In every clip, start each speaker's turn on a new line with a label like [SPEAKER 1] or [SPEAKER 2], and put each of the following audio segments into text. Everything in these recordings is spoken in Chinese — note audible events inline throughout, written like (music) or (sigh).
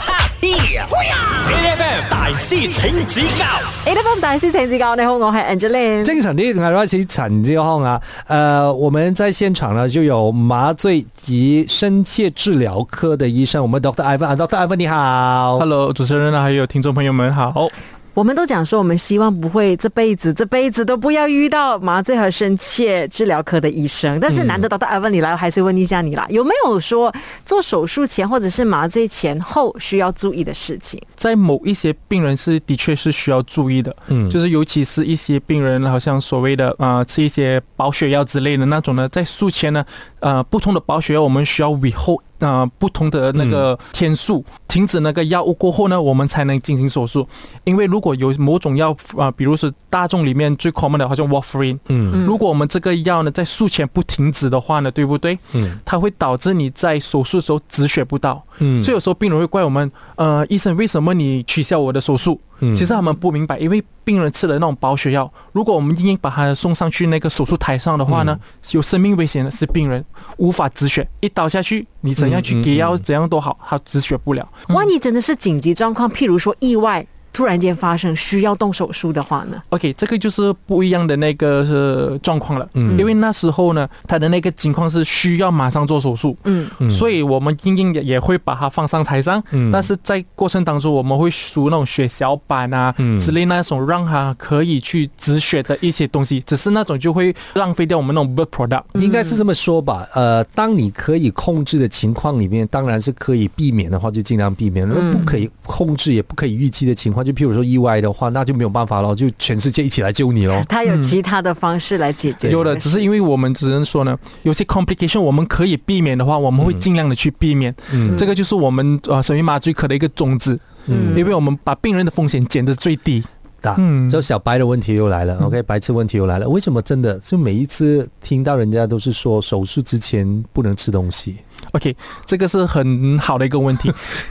[SPEAKER 1] 哈 FM 大師請指教
[SPEAKER 2] 你得方大師請指教，你好，我係 Angeline。
[SPEAKER 3] 精神啲，我係 Rice 陳志康啊。呃，我们在现场呢就有麻醉及深切治疗科的医生，我们 Doctor Ivan 啊，Doctor Ivan 你好。
[SPEAKER 4] Hello，主持人啊，还有听众朋友们好。
[SPEAKER 2] 我們都講說，我們希望不會這輩子、這輩子都不要遇到麻醉和深切治療科的醫生。但是難得到到艾文你來，我還是問一下你
[SPEAKER 4] 嗯
[SPEAKER 2] 啦，有沒有說做手術前或者是麻醉前后需要注意的事情？
[SPEAKER 4] 在某一些病人是的确是需要注意的，
[SPEAKER 3] 嗯
[SPEAKER 4] 就是尤其是一些病人，好像所谓的啊、呃吃一些保血药之类的那种呢，在术前呢，呃，不同的保血药我们需要 w 后啊、呃不同的那
[SPEAKER 3] 嗯
[SPEAKER 4] 个天数，停止那个药物过后呢，我们才能进行手术。因为如果有某种药啊、呃比如说大众里面最 common 的，好像 warfarin，
[SPEAKER 3] 嗯
[SPEAKER 4] 如果我们这个药呢在术前不停止的话呢，对不对？
[SPEAKER 3] 嗯
[SPEAKER 4] 它会导致你在手术的时候止血不到，
[SPEAKER 3] 嗯
[SPEAKER 4] 所以有时候病人会怪我们，呃，医生为什么你取消我的手术？
[SPEAKER 3] 嗯
[SPEAKER 4] 其实他们不明白，因为病人吃了那种保血药，如果我们硬硬把他送上去那个手术台上的话
[SPEAKER 3] 嗯
[SPEAKER 4] 呢，有生命危险的是病人无法止血，一刀下去，你怎样
[SPEAKER 3] 嗯
[SPEAKER 4] 去给药，怎样都好，他止血不了。
[SPEAKER 2] 萬一真的是緊急狀況，譬如說意外突然間發生需要動手術的話呢？
[SPEAKER 4] OK，这个就是不一样的那个呃状况了，
[SPEAKER 3] 嗯
[SPEAKER 4] 因为那时候呢，他的那个情况是需要马上做手术，
[SPEAKER 2] 嗯，
[SPEAKER 3] 嗯
[SPEAKER 4] 所以我们硬硬也也会把它放上台上，
[SPEAKER 3] 嗯
[SPEAKER 4] 但是在过程当中我们会输那种血小板啊、
[SPEAKER 3] 嗯
[SPEAKER 4] 之类那种让它可以去止血的一些东西，只是那种就会浪费掉我们那种 blood product。
[SPEAKER 3] 应该是这么说吧，呃，当你可以控制的情况里面，当然是可以避免的话，就尽量避免；
[SPEAKER 2] 嗯
[SPEAKER 3] 如果不可以控制，也不可以预期的情况，就譬如说意外的话，那就没有办法了，就全世界一起来救你喽。
[SPEAKER 2] 他有其他的方式来解決。
[SPEAKER 4] 嗯有的，只是因为我们只能说呢，有些 complication 我们可以避免的话，我们会尽量的去避免。
[SPEAKER 3] 嗯
[SPEAKER 4] 这个就是我们呃神韵麻醉科的一个宗旨，
[SPEAKER 2] 嗯
[SPEAKER 4] 因为我们把病人的风险减得最低。
[SPEAKER 3] 大，
[SPEAKER 4] 嗯
[SPEAKER 3] 就小白的问题又来了、o k 白痴问题又来了，为什么真的就每一次听到人家都是说手术之前不能吃东西？
[SPEAKER 4] OK，这个是很好的一个问
[SPEAKER 3] (laughs)
[SPEAKER 4] 题。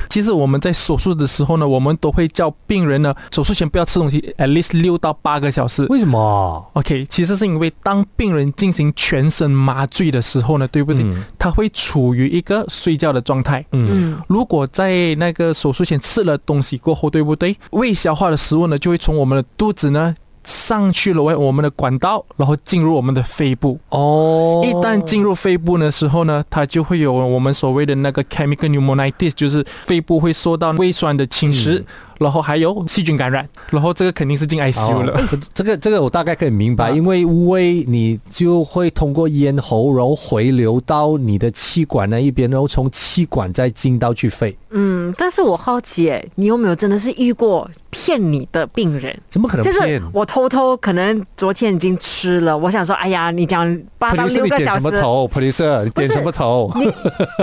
[SPEAKER 4] 其实我们在手术的时候呢，我们都会叫病人呢，手术前不要吃东西，at least 六到八个小时。
[SPEAKER 3] 为什么？
[SPEAKER 4] OK，其实是因为当病人进行全身麻醉的时候呢，对不对？
[SPEAKER 3] 嗯
[SPEAKER 4] 他会处于一个睡觉的状态。
[SPEAKER 3] 嗯
[SPEAKER 2] 嗯
[SPEAKER 4] 如果在那个手术前吃了东西过后，对不对？未消化的食物呢，就会从我们的肚子呢上去了我们的管道，然后进入我们的肺部。
[SPEAKER 3] 哦
[SPEAKER 4] 一旦进入肺部的时候呢，它就会有我们所谓的那个 chemical pneumonitis，就是肺部会受到胃酸的侵蚀，
[SPEAKER 3] 嗯
[SPEAKER 4] 然后还有细菌感染，然后这个肯定是进 ICU 了。
[SPEAKER 3] 哦这个这个我大概可以明白，
[SPEAKER 4] 啊
[SPEAKER 3] 因为乌龟你就会通过咽喉，然后回流到你的气管那一边，然后从气管再进到去肺，
[SPEAKER 2] 嗯，但是我好奇，哎，你有没有真的是遇过骗你的病人？
[SPEAKER 3] 怎么可能
[SPEAKER 2] 就是
[SPEAKER 3] 骗？
[SPEAKER 2] 我偷偷可能昨天已经吃了，我想说，哎呀，你讲八到
[SPEAKER 3] producer
[SPEAKER 2] 六
[SPEAKER 3] 你
[SPEAKER 2] 个
[SPEAKER 3] 点
[SPEAKER 2] 小
[SPEAKER 3] 什么
[SPEAKER 2] 时，
[SPEAKER 3] 头？producer 你点
[SPEAKER 2] 不是
[SPEAKER 3] 什么头？
[SPEAKER 2] 你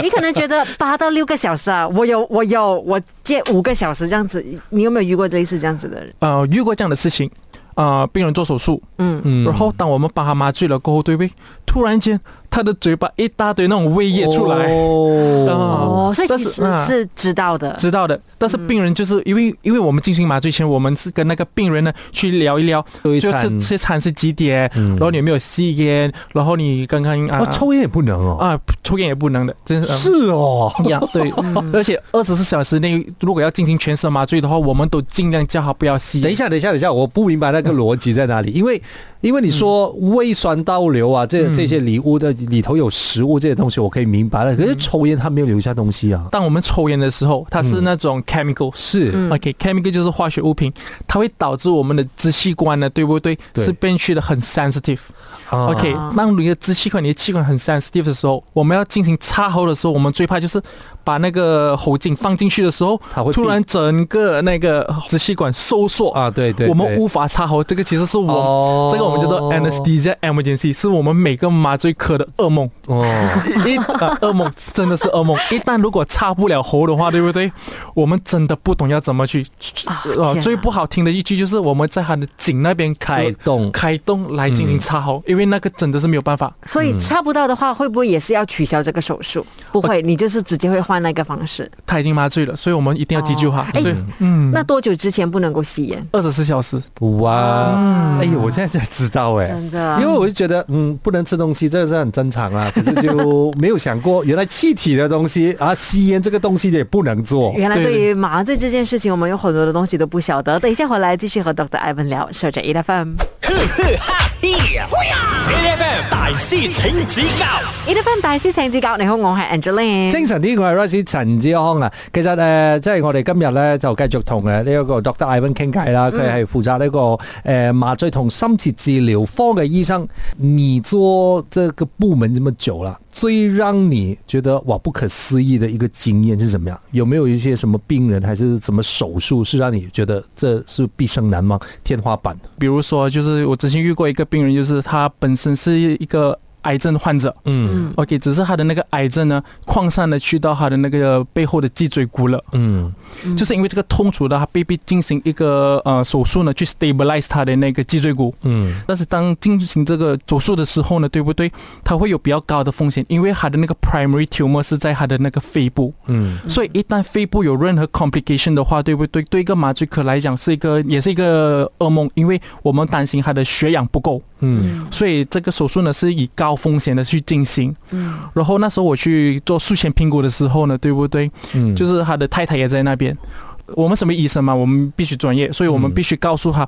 [SPEAKER 2] 你可能觉得八到六个小时啊，我有我有我借五个小时这样子，你有没有遇过类似这样子的人？
[SPEAKER 4] 呃，遇过这样的事情，呃，病人做手术，
[SPEAKER 2] 嗯，
[SPEAKER 3] 嗯
[SPEAKER 4] 然后当我们把他麻醉了过后，对不对？突然间，他的嘴巴一大堆那种
[SPEAKER 3] (laughs)
[SPEAKER 4] 胃液出来。
[SPEAKER 3] 哦，
[SPEAKER 2] 哦，所以
[SPEAKER 4] 但
[SPEAKER 2] 其
[SPEAKER 4] 是
[SPEAKER 2] 实
[SPEAKER 4] 啊
[SPEAKER 2] 是知道的，
[SPEAKER 4] 知道的，但
[SPEAKER 3] 嗯
[SPEAKER 4] 是病人就是因为、因为我们进行麻醉前，我们是跟那个病人呢去聊一聊，
[SPEAKER 3] 就一
[SPEAKER 4] 就
[SPEAKER 3] 餐
[SPEAKER 4] 是吃餐是几点，
[SPEAKER 3] 嗯
[SPEAKER 4] 然后你有没有吸烟，然后你刚刚啊、
[SPEAKER 3] 哦，抽烟也不能哦，
[SPEAKER 4] 啊抽烟也不能的，真 (laughs) 是。
[SPEAKER 3] 是
[SPEAKER 4] 嗯
[SPEAKER 3] 哦，
[SPEAKER 4] 呀，
[SPEAKER 3] (laughs)
[SPEAKER 4] 对，而且二十四小时内，如果要进行全身麻醉的话，我们都尽量叫他不要吸。
[SPEAKER 3] 等一，下，等一下，等一下，我不明白那个逻辑在哪里，因为因为你说胃酸倒流啊，这
[SPEAKER 4] 嗯
[SPEAKER 3] 这些礼物的里头有食物这些东西，我可以明白了。可是抽烟它没有留下东西
[SPEAKER 4] (laughs)
[SPEAKER 3] 啊，
[SPEAKER 4] 当我们抽烟的时候，它是那种 chemical，
[SPEAKER 3] 嗯是
[SPEAKER 2] 嗯
[SPEAKER 4] OK，chemical、就是化学物品，它会导致我们的支气管呢，对不对？
[SPEAKER 3] 对
[SPEAKER 4] 是变去的很 sensitive。
[SPEAKER 3] 啊
[SPEAKER 4] OK，当你的支气管、你的气管很 sensitive 的时候，我们要进行插喉的时候，我们最怕就是把那个喉镜放进去的时候，
[SPEAKER 3] 它会
[SPEAKER 4] 突然整个那个支气管收缩
[SPEAKER 3] 闭，啊，对对，
[SPEAKER 4] 我们
[SPEAKER 3] 对
[SPEAKER 4] 无法插喉。这个其实是我们、
[SPEAKER 3] 哦
[SPEAKER 4] 这个我们叫做 anesthesia emergency，是我们每个麻醉科的噩梦。
[SPEAKER 3] (laughs)
[SPEAKER 4] (laughs)
[SPEAKER 3] 哦，
[SPEAKER 4] 一呃噩梦真的是噩梦。一旦如果插不了喉的话，对不对？我们真的不懂要怎么去。
[SPEAKER 2] 啊
[SPEAKER 4] 呃，
[SPEAKER 2] 天啊
[SPEAKER 4] 最不好听的一句就是我们在他的颈那边
[SPEAKER 3] 开
[SPEAKER 4] 开
[SPEAKER 3] 动。
[SPEAKER 4] 开洞来进行插喉，因为那个真的是没有办法。
[SPEAKER 2] 所以插不到的话，会不会也是要取消这个手术？不会，你就是直接会换那个方式。
[SPEAKER 4] 他已经麻醉了，所以我们一定要急救他
[SPEAKER 2] 哦。哎
[SPEAKER 4] 所以，嗯，
[SPEAKER 2] 那多久之前不能够吸烟？
[SPEAKER 4] 二十四小时，啊
[SPEAKER 3] 哇，啊哎呦，我现在才知道哎、
[SPEAKER 2] 真的
[SPEAKER 3] 因为我就觉得，嗯，不能吃东西，这个是很正常啊。可是就没有想过，原来气体的东西啊，吸烟这个东西也不能做。
[SPEAKER 2] 原来
[SPEAKER 4] 对
[SPEAKER 2] 对于麻醉这件事情，我们有很多的东西都不晓得。等一下回来继续和 Dr. Ivan 聊，守着 E F M。
[SPEAKER 1] 哈嘿呀！A F M 大师请指教
[SPEAKER 2] E F M 大师請指教，你好，我係 Angeline。
[SPEAKER 3] 精神啲，我係 Rice 陳志康啊。其實誒、呃即係我哋今日咧就繼續同誒呃呢一個 Doctor Ivan 傾偈啦。佢係負責呢、個誒、呃麻醉同深切治療科嘅醫生。你做這個部門這麼久了，最讓你覺得哇不可思議的一個經驗是怎麼樣？有沒有一些什麼病人還是什麼手術是讓你覺得這是畢生難忘、天花板？
[SPEAKER 4] 比如说，就是我之前遇过一个病人，就是他本身是一个癌症患者
[SPEAKER 3] 嗯
[SPEAKER 4] ，OK，只是他的那个癌症呢扩散的去到他的那个背后的脊椎骨了，
[SPEAKER 3] 嗯
[SPEAKER 4] 就是因为这个痛楚的，他被逼进行一个呃手术呢去 stabilize 他的那个脊椎骨。
[SPEAKER 3] 嗯
[SPEAKER 4] 但是当进行这个手术的时候呢，对不对？它会有比较高的风险，因为他的那个 primary tumor 是在他的那个肺部，
[SPEAKER 3] 嗯
[SPEAKER 4] 所以一旦肺部有任何 complication 的话，对不对？对一个麻醉科来讲是一个也是一个噩梦，因为我们担心他的血氧不够，
[SPEAKER 3] 嗯
[SPEAKER 4] 所以这个手术呢是以高风险的去进行。
[SPEAKER 2] 嗯
[SPEAKER 4] 然后那时候我去做术前评估的时候呢，对不对？
[SPEAKER 3] 嗯，
[SPEAKER 4] 就是是他的太太也在那边。我们什么医生嘛，我们必须专业，所以我们
[SPEAKER 3] 嗯
[SPEAKER 4] 必须告诉他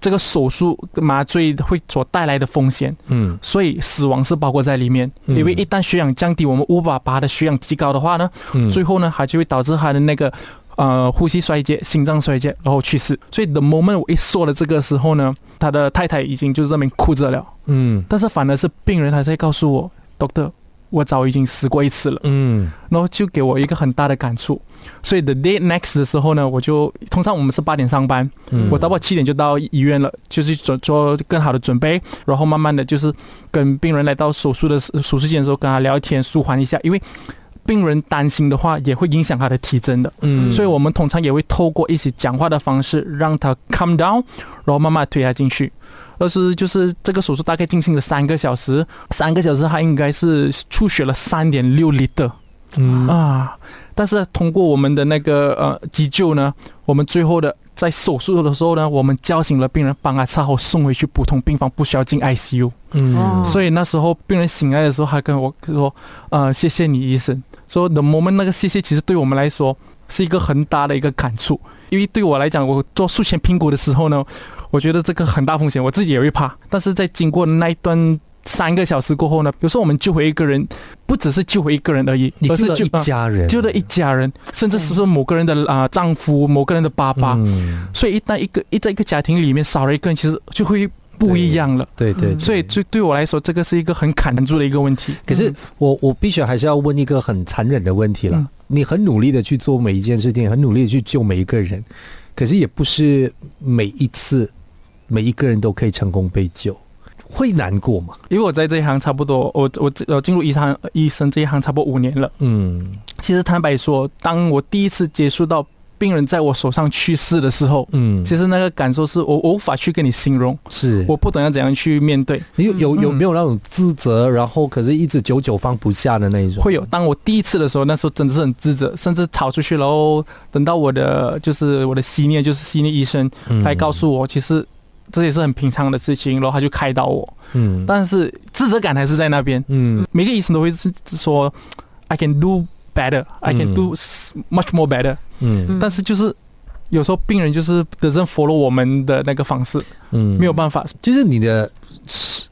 [SPEAKER 4] 这个手术麻醉会所带来的风险，
[SPEAKER 3] 嗯
[SPEAKER 4] 所以死亡是包括在里面。
[SPEAKER 3] 嗯
[SPEAKER 4] 因为一旦血氧降低，我们无法把他的血氧提高的话呢，
[SPEAKER 3] 嗯
[SPEAKER 4] 最后呢，它就会导致他的那个呃呼吸衰竭、心脏衰竭，然后去世。所以 the moment 我一说了这个时候呢，他的太太已经就在那边哭着了，
[SPEAKER 3] 嗯
[SPEAKER 4] 但是反而是病人还在告诉我，doctor，我早已经死过一次了。
[SPEAKER 3] 嗯
[SPEAKER 4] 然后就给我一个很大的感触。所以 the day next 的时候呢，我就通常我们是八点上班，
[SPEAKER 3] 嗯
[SPEAKER 4] 我大概七点就到医院了，就是做做更好的准备，然后慢慢的就是跟病人来到手术的时手术间的时候跟他聊天，舒缓一下，因为。病人担心的话，也会影响他的体征的，
[SPEAKER 3] 嗯
[SPEAKER 4] 所以我们通常也会透过一些讲话的方式，让他 calm down，然后慢慢推他进去。但是就是这个手术大概进行了三个小时，三个小时他应该是出血了三点六 liter，
[SPEAKER 3] 嗯
[SPEAKER 4] 啊，但是通过我们的那个呃急救呢，我们最后的在手术的时候呢，我们叫醒了病人，帮他擦好送回去普通病房，不需要进 ICU。
[SPEAKER 3] 嗯
[SPEAKER 2] 哦
[SPEAKER 4] 所以那时候病人醒来的时候，还跟我说：“呃，谢谢你医生。”说 the moment 那个谢谢，其实对我们来说是一个很大的一个感触，因为对我来讲，我做术前评估的时候呢，我觉得这个很大风险，我自己也会怕。但是在经过那一段三个小时过后呢，有时候我们救回一个人，不只是救回一个人而已，
[SPEAKER 3] 你
[SPEAKER 4] 而是
[SPEAKER 3] 救了一
[SPEAKER 4] 啊
[SPEAKER 3] 家人，
[SPEAKER 4] 救了一家人，甚至是说某个人的啊、呃丈夫、某个人的爸爸。
[SPEAKER 3] 嗯
[SPEAKER 4] 所以一旦一个一在一个家庭里面少了一个人，其实就会不一样了。
[SPEAKER 3] 对对，
[SPEAKER 2] 嗯
[SPEAKER 3] 对
[SPEAKER 4] 所以就对我来说，这个是一个很砍住的一个问题。
[SPEAKER 3] 可是我我必须还是要问一个很残忍的问题了。
[SPEAKER 4] 嗯
[SPEAKER 3] 你很努力的去做每一件事情，很努力的去救每一个人，可是也不是每一次每一个人都可以成功被救，会难过吗？
[SPEAKER 4] 因为我在这一行差不多，我我我进入医生医生这一行差不多五年了。
[SPEAKER 3] 嗯
[SPEAKER 4] 其实坦白说，当我第一次接触到病人在我手上去世的时候，
[SPEAKER 3] 嗯，
[SPEAKER 4] 其实那个感受是我我无法去跟你形容，
[SPEAKER 3] 是
[SPEAKER 4] 我不懂要怎样去面对。
[SPEAKER 3] 你有有有
[SPEAKER 4] 嗯
[SPEAKER 3] 没有那种自责，然后可是一直久久放不下的那一种？
[SPEAKER 4] 会有。当我第一次的时候，那时候真的是很自责，甚至逃出去，然后等到我的就是我的西念，就是西念医生
[SPEAKER 3] 嗯
[SPEAKER 4] 来告诉我，其实这也是很平常的事情，然后他就开导我。
[SPEAKER 3] 嗯，
[SPEAKER 4] 但是自责感还是在那边，
[SPEAKER 3] 嗯
[SPEAKER 4] 每个医生都会是说，I can do better, I can
[SPEAKER 3] 嗯
[SPEAKER 4] do s- much more better，、
[SPEAKER 3] 嗯
[SPEAKER 2] 嗯
[SPEAKER 4] 但是就是。有时候病人就是 doesn't follow 我们的那个方式，
[SPEAKER 3] 嗯
[SPEAKER 4] 没有办法。
[SPEAKER 3] 就是你的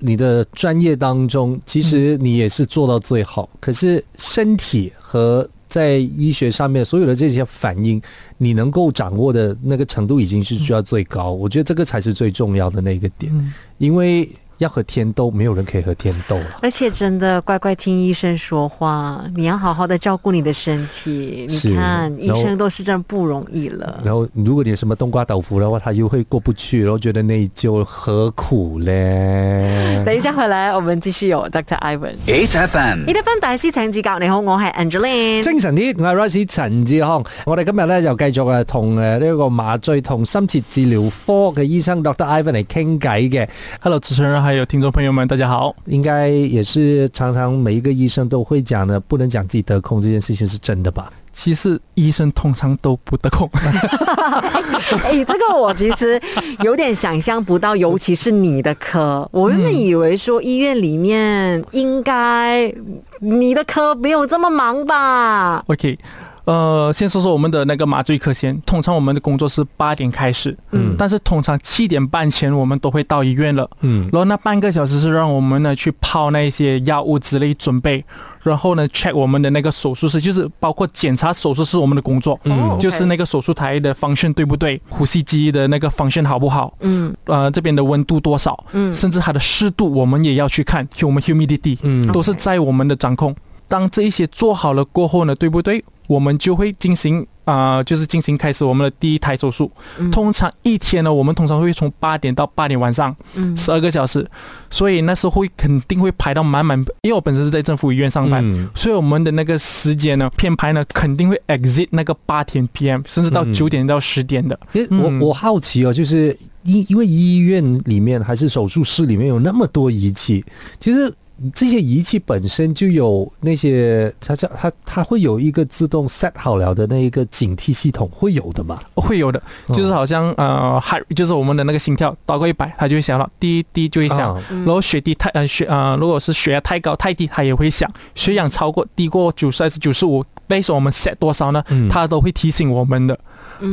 [SPEAKER 3] 你的专业当中，其实你也是做到最好，可是身体和在呃医学上面所有的这些反应，你能够掌握的那个程度已经是需要最高。我觉得这个才是最重要的那个点，
[SPEAKER 4] 嗯
[SPEAKER 3] 因为要和天斗，没有人可以和天斗了。
[SPEAKER 2] 而且真的乖乖听医生说话，你要好好的照顾你的身体。
[SPEAKER 3] 是
[SPEAKER 2] 你看，医
[SPEAKER 3] 然后
[SPEAKER 2] 生都是真不容易了。
[SPEAKER 3] 然后，如果你有什么冬瓜豆腐的话，他又会过不去，然后觉得内疚，何苦嘞？
[SPEAKER 2] 等一下回来，我们继续有 Dr. Ivan。
[SPEAKER 1] ，H F M
[SPEAKER 2] 你得分大師請指教，你好，我係 Angeline。 (laughs)
[SPEAKER 3] 精神啲，我係 Rice 陳志康。我哋今日咧就繼續誒同誒呃呢一個麻醉同深切治療科嘅醫生 Dr. Ivan 嚟傾偈嘅。
[SPEAKER 4] Hello，主持人还有听众朋友们，大家好。
[SPEAKER 3] 应该也是呃常常每一个医生都会讲的，不能讲自己得空这件事情是真的吧？
[SPEAKER 4] 其实医生通常都不得空，
[SPEAKER 2] 哎，这个我其实有点想象不到，尤其是你的科，我原本以为说医院里面应该你的科没有这么忙吧？
[SPEAKER 4] OK，呃，先说说我们的那个麻醉科先。通常我们的工作是八点开始，
[SPEAKER 3] 嗯
[SPEAKER 4] 但是通常七点半前我们都会到医院了。
[SPEAKER 3] 嗯
[SPEAKER 4] 然后那半个小时是让我们呢去泡那一些药物之类准备，然后呢 check 我们的那个手术室，就是包括检查手术室我们的工作，嗯
[SPEAKER 2] 哦
[SPEAKER 4] 就是那个手术台的方向对不对，呼吸机的那个方向好不好，
[SPEAKER 2] 嗯
[SPEAKER 4] 呃这边的温度多少，
[SPEAKER 2] 嗯
[SPEAKER 4] 甚至它的湿度我们也要去看，我们 humidity，
[SPEAKER 3] 嗯
[SPEAKER 4] 都是在我们的掌控。当这一些做好了过后呢，对不对？我们就会进行啊、呃就是进行开始我们的第一台手术。
[SPEAKER 2] 嗯
[SPEAKER 4] 通常一天呢，我们通常会从八点到八点晚上，
[SPEAKER 2] 嗯
[SPEAKER 4] 十二个小时，所以那时候会肯定会排到满满。因为我本身是在政府医院上班，
[SPEAKER 3] 嗯
[SPEAKER 4] 所以我们的那个时间呢，片排呢肯定会 exit 那个八点 PM，甚至到
[SPEAKER 3] 嗯
[SPEAKER 4] 九点到十点的。
[SPEAKER 3] 其实我、
[SPEAKER 4] 嗯
[SPEAKER 3] 我好奇哦，就是医因为医院里面还是手术室里面有那么多仪器，其实这些仪器本身就有那些它叫它它会有一个自动 set 好了的那一个警惕系统会有的嘛？
[SPEAKER 4] 会有的，
[SPEAKER 3] 嗯
[SPEAKER 4] 就是好像、呃，还就是我们的那个心跳超过一百，它就会响了，滴滴就会响。
[SPEAKER 3] 啊
[SPEAKER 2] 嗯
[SPEAKER 4] 然后血低太呃血呃，如果是血压太高太低，它也会响；血氧超过低过九十还是九十五，base on 我们 set 多少呢？
[SPEAKER 3] 嗯
[SPEAKER 4] 它都会提醒我们的。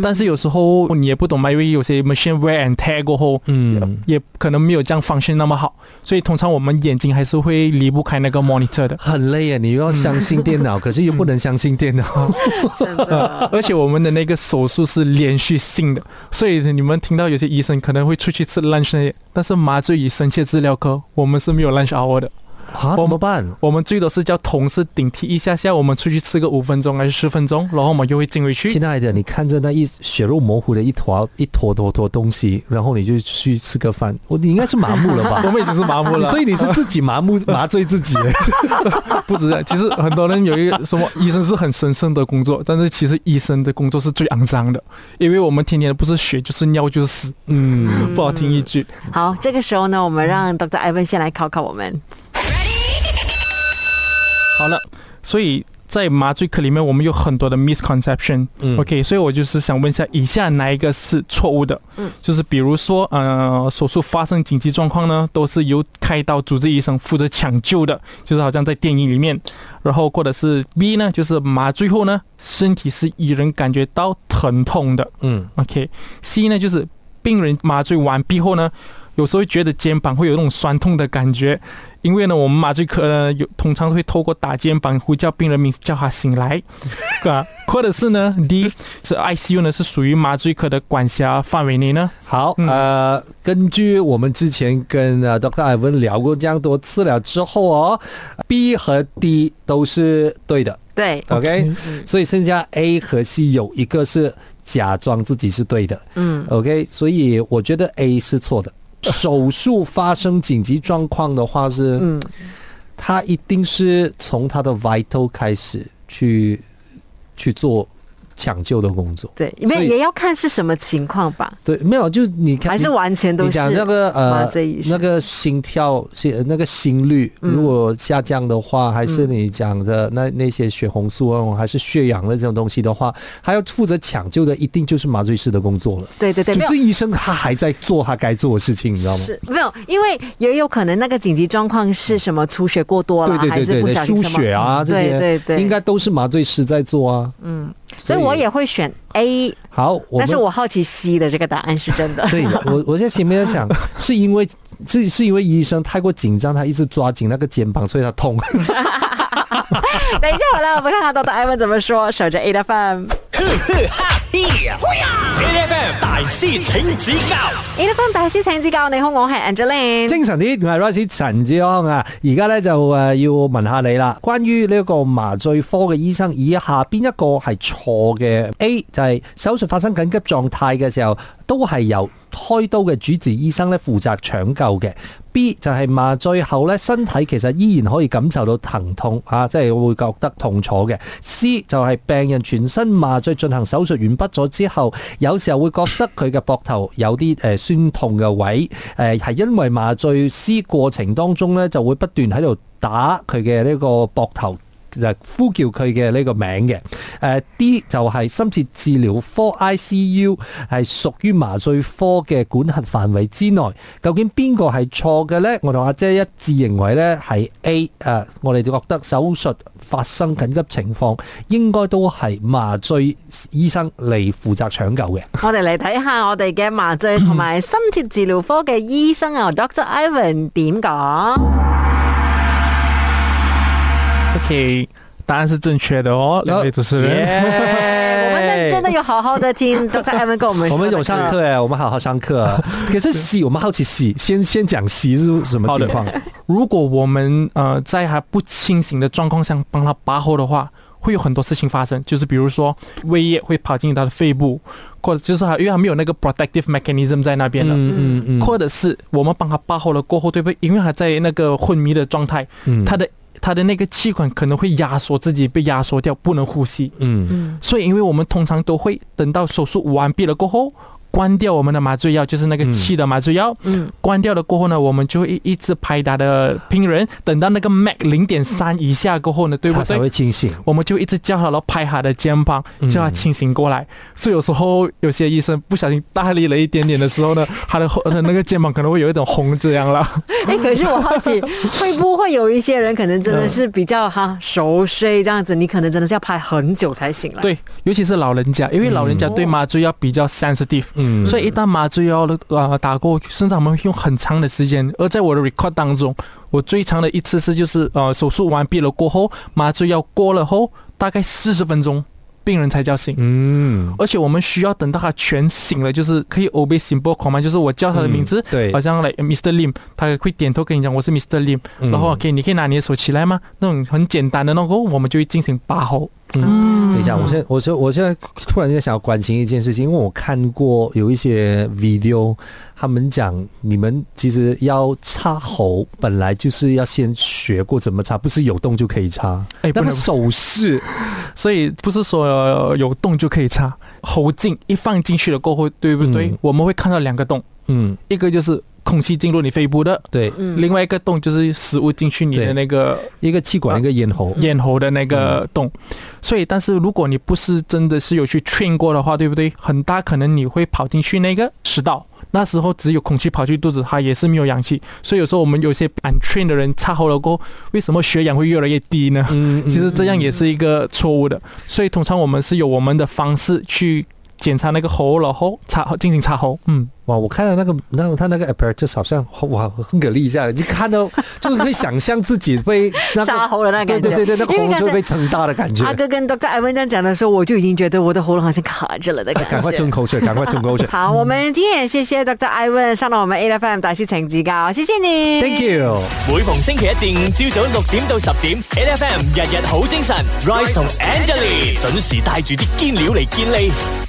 [SPEAKER 4] 但是有时候你也不懂嘛，因为有些 machine wear and tear 过后，
[SPEAKER 3] 嗯。
[SPEAKER 4] 也可能没有这样 function 那么好，所以通常我们眼睛还是会离不开那个 monitor 的。
[SPEAKER 3] 很累啊！你又要相信电脑，可是又不能相信电
[SPEAKER 4] 嗯
[SPEAKER 3] 脑。
[SPEAKER 2] 真的。
[SPEAKER 4] (laughs) 而且我们的那个手术是连续性的，所以你们听到有些医生可能会出去吃 lunch 那些，但是麻醉与深切治疗科我们是没有 lunch hour 的。
[SPEAKER 3] (laughs) 啊，怎么办？
[SPEAKER 4] 我们最多是叫同事顶替一下下，我们出去吃个五分钟还是十分钟，然后我们又会进回
[SPEAKER 3] (laughs)
[SPEAKER 4] 去。
[SPEAKER 3] 亲爱的，你看着那一血肉模糊的一坨一坨坨坨东西，然后你就去吃个饭，我你应该是麻木了吧？
[SPEAKER 4] (laughs) 我们已经是麻木
[SPEAKER 3] (laughs)
[SPEAKER 4] 了，
[SPEAKER 3] 所以你是自己麻木
[SPEAKER 4] (laughs)
[SPEAKER 3] 麻醉自己了。
[SPEAKER 4] 不止啊。其实很多人有一个什么医生是很神圣的工作，但是其实医生的工作是最肮脏的，因为我们天天不是血就是尿就是屎，
[SPEAKER 3] 嗯，
[SPEAKER 4] 不好听一句。
[SPEAKER 2] 好，这个时候呢，我们让 Dr. Ivan 先来考考我们。
[SPEAKER 4] 好了，所以在麻醉科里面，我们有很多的 misconception。
[SPEAKER 3] 嗯
[SPEAKER 4] OK，所以我就是想问一下，以下哪一个是错误的？
[SPEAKER 2] 嗯，
[SPEAKER 4] 就是比如说，呃，手术发生紧急状况呢，都是由开刀主治医生负责抢救的，就是好像在电影里面。然后或者是 B 呢，就是麻醉后呢，身体是已人感觉到疼痛的。
[SPEAKER 3] (laughs) 嗯
[SPEAKER 4] OK，C 呢就是病人麻醉完毕后呢，有时候会觉得肩膀会有那种酸痛的感觉，因为呢，我们麻醉科呢有通常会透过打肩膀呼叫病人名字叫他醒来，啊，或者是呢 D 是 ICU 呢是属于麻醉科的管辖范围内呢，
[SPEAKER 3] 好，
[SPEAKER 4] 嗯
[SPEAKER 3] 呃，根据我们之前跟呃 Dr. 艾文聊过这样多次了之后哦，B 和 D 都是对的
[SPEAKER 2] 对，
[SPEAKER 3] ，OK，所以剩下 A 和 C 有一个是假装自己是对的
[SPEAKER 2] 嗯
[SPEAKER 3] ，OK，所以我觉得 A 是错的。手术发生紧急状况的话是，
[SPEAKER 2] 嗯，
[SPEAKER 3] 他一定是从他的 vital 开始去去做抢救的工作。
[SPEAKER 2] 对，因为也要看是什么情况吧，
[SPEAKER 3] 对，没有，就你看，
[SPEAKER 2] 还是
[SPEAKER 3] 你
[SPEAKER 2] 完全都
[SPEAKER 3] 你
[SPEAKER 2] 是
[SPEAKER 3] 讲那个
[SPEAKER 2] 麻
[SPEAKER 3] 呃
[SPEAKER 2] 醉医生
[SPEAKER 3] 那个心跳是那个心率，
[SPEAKER 2] 嗯
[SPEAKER 3] 如果下降的话，还是你讲的那那些血红素啊，还是血氧的这种东西的话，还要负责抢救的，一定就是麻醉师的工作了。
[SPEAKER 2] 对对对，
[SPEAKER 3] 主
[SPEAKER 2] 没有
[SPEAKER 3] 治医生他还在做他该做的事情，你知道吗？
[SPEAKER 2] 是没有，因为也有可能那个紧急状况是什么出血过多
[SPEAKER 3] 对
[SPEAKER 2] 啦，
[SPEAKER 3] 对
[SPEAKER 2] 还
[SPEAKER 3] 对
[SPEAKER 2] 是
[SPEAKER 3] 对
[SPEAKER 2] 不
[SPEAKER 3] 对，
[SPEAKER 2] 小心
[SPEAKER 3] 输
[SPEAKER 2] 什么嗯
[SPEAKER 3] 血啊这些，
[SPEAKER 2] 对对对，
[SPEAKER 3] 应该都是麻醉师在做啊。
[SPEAKER 2] 嗯，所以我也会选 A，
[SPEAKER 3] 好，
[SPEAKER 2] 但
[SPEAKER 3] 我们
[SPEAKER 2] 是我好奇 C 的这个答案
[SPEAKER 3] (laughs)
[SPEAKER 2] 是真的。 (laughs)
[SPEAKER 3] 对我，我在心里面在想，是因为是是因为医生太过紧张，他一直抓紧那个肩膀，所以他痛。
[SPEAKER 2] 等一下回来我们看看 Dr. Ivan 怎么说，守着 A 的 FM。
[SPEAKER 1] F M 大师请指教
[SPEAKER 2] A 的 FM 大師請指教，你好，我係 Angeline。
[SPEAKER 3] 精神啲，我係 Rice 陳志康啊！而家咧就誒要問下你啦，關於呢一個麻醉科嘅醫生，以下邊一個係錯嘅？A 就係手術發生緊急狀態嘅時候，都係由開刀嘅主治醫生咧負責搶救嘅。B 就係麻醉後咧，身體其實依然可以感受到疼痛啊，即係會覺得痛楚嘅。C 就係病人全身麻醉進行手術完畢咗之後，有時候會覺得佢嘅膊頭有啲誒酸痛嘅位，誒係因為麻醉師過程當中咧就會不斷喺度打佢嘅呢個膊頭。就呼叫佢嘅呢個名嘅，誒、D 就係深切治療科 ICU 係屬於麻醉科嘅管轄範圍之內。究竟邊個係錯嘅呢？我同阿姐一致認為呢係 A 誒、我哋就覺得手術發生緊急情況應該都係麻醉醫生嚟負責搶救
[SPEAKER 4] (laughs)
[SPEAKER 3] 嘅。
[SPEAKER 2] 我哋嚟睇下我哋嘅麻醉同埋深切治療科嘅醫生啊，Dr. Ivan 點講？
[SPEAKER 4] OK，答案是正确的哦，两位主持人。
[SPEAKER 2] 我们认真的有好好的听 Dr. Ivan 跟我
[SPEAKER 3] (laughs)
[SPEAKER 2] 们说的。
[SPEAKER 3] 我们有上课哎，我们好好上课
[SPEAKER 4] (laughs)
[SPEAKER 3] 啊。可是洗，我们好奇洗，先先讲洗是什么情况？
[SPEAKER 4] 如果我们呃在他不清醒的状况下帮他拔喉的话，会有很多事情发生，就是比如说胃液会跑进他的肺部，或者就是他因为他没有那个 protective mechanism 在那边了。
[SPEAKER 3] 嗯嗯
[SPEAKER 4] 或者是我们帮他拔喉了过后，对不对？因为他在那个昏迷的状态，
[SPEAKER 3] 嗯
[SPEAKER 4] 他的他的那个气管可能会压缩自己，被压缩掉，不能呼吸。
[SPEAKER 3] 嗯
[SPEAKER 2] 嗯，
[SPEAKER 4] 所以，因为我们通常都会等到手术完毕了过后，关掉我们的麻醉药，就是那个
[SPEAKER 3] 嗯
[SPEAKER 4] 气的麻醉药。
[SPEAKER 2] 嗯
[SPEAKER 4] 关掉了过后呢，我们就会一直拍打的病人，等到那个 Mac 零点三以下过后呢，对
[SPEAKER 3] 他
[SPEAKER 4] 不
[SPEAKER 3] 才
[SPEAKER 4] 对？
[SPEAKER 3] 会清醒。
[SPEAKER 4] 我们就一直叫他，然后拍他的肩膀
[SPEAKER 3] 嗯，
[SPEAKER 4] 叫他清醒过来。所以有时候有些医生不小心大力了一点点的时候呢，他的后呃那个肩膀可能会有一种红这样了。
[SPEAKER 2] 哎、可是我好
[SPEAKER 3] (laughs)
[SPEAKER 2] 奇，会不会有一些人可能真的是比较哈熟睡这样子，你可能真的是要拍很久才醒来。
[SPEAKER 4] 对，尤其是老人家，因为老人家
[SPEAKER 2] 嗯
[SPEAKER 4] 对麻醉药比较 sensitive，、
[SPEAKER 3] 嗯
[SPEAKER 4] 所以一旦麻醉药的呃打过，甚至我们会用很长的时间。而在我的 record 当中，我最长的一次是就是呃手术完毕了过后，麻醉药过了后，大概四十分钟，病人才叫醒。
[SPEAKER 3] 嗯，
[SPEAKER 4] 而且我们需要等到他全醒了，就是可以 obey simple command，就是我叫他的名字，
[SPEAKER 3] 嗯对
[SPEAKER 4] 好，像来 Mr. Lim，他会点头跟你讲我是 Mr. Lim，、
[SPEAKER 3] 嗯
[SPEAKER 4] 然后可以你可以拿你的手起来吗？那种很简单的那种，我们就会进行拔喉。
[SPEAKER 2] 嗯，
[SPEAKER 3] 等一下，我现在我说我现在突然间想要关心一件事情，因为我看过有一些 video，他们讲你们其实要插喉，本来就是要先学过怎么插，不是有洞就可以插。
[SPEAKER 4] 哎，不
[SPEAKER 3] 那
[SPEAKER 4] 能
[SPEAKER 3] 个，手势，
[SPEAKER 4] 所以不是说、呃有洞就可以插，喉镜一放进去了过后，对不对？
[SPEAKER 3] 嗯
[SPEAKER 4] 我们会看到两个洞，
[SPEAKER 3] 嗯，
[SPEAKER 4] 一个就是空气进入你肺部的，
[SPEAKER 3] 对，
[SPEAKER 2] 嗯
[SPEAKER 4] 另外一个洞就是食物进去你
[SPEAKER 3] 对
[SPEAKER 4] 的那个
[SPEAKER 3] 一个气管，
[SPEAKER 4] 啊
[SPEAKER 3] 一个咽喉，
[SPEAKER 4] 咽喉的那个洞，所以但是如果你不是真的是有去 train 过的话，对不对？很大可能你会跑进去那个食道，那时候只有空气跑去肚子，它也是没有氧气。所以有时候我们有些 untrain 的人插喉了过后，为什么血氧会越来越低呢？
[SPEAKER 3] 嗯，
[SPEAKER 4] 其实这样也是一个错误的。所以通常我们是有我们的方式去检查那个喉，然后插进行插喉，嗯。
[SPEAKER 3] 哇，我看到那个，那他那个 apparatus 好像哇很给力一下，你看到 (laughs) 就是可以想象自己被
[SPEAKER 2] (laughs)
[SPEAKER 3] 那
[SPEAKER 2] 沙
[SPEAKER 3] 个，
[SPEAKER 2] 喉的那
[SPEAKER 3] 对
[SPEAKER 2] 感觉，
[SPEAKER 3] 对对对，那个
[SPEAKER 2] 因为
[SPEAKER 3] 喉
[SPEAKER 2] 刚才
[SPEAKER 3] 就被撑大的感觉
[SPEAKER 2] 阿。哥跟 Dr. Ivan 这样讲的时候，我就已经觉得我的喉咙好像卡着了的感觉。
[SPEAKER 3] 赶快吞口水，赶快吞
[SPEAKER 2] (laughs)
[SPEAKER 3] 口水
[SPEAKER 2] 好，我们今天也谢谢 Dr. Ivan 上了我们 A F M 打西成绩高，谢谢你
[SPEAKER 3] ，Thank you。
[SPEAKER 1] 每逢星期一至五朝早六點到十點，N F M 日日好精神，Rise 同 Angelie 準時帶住啲堅料嚟健利。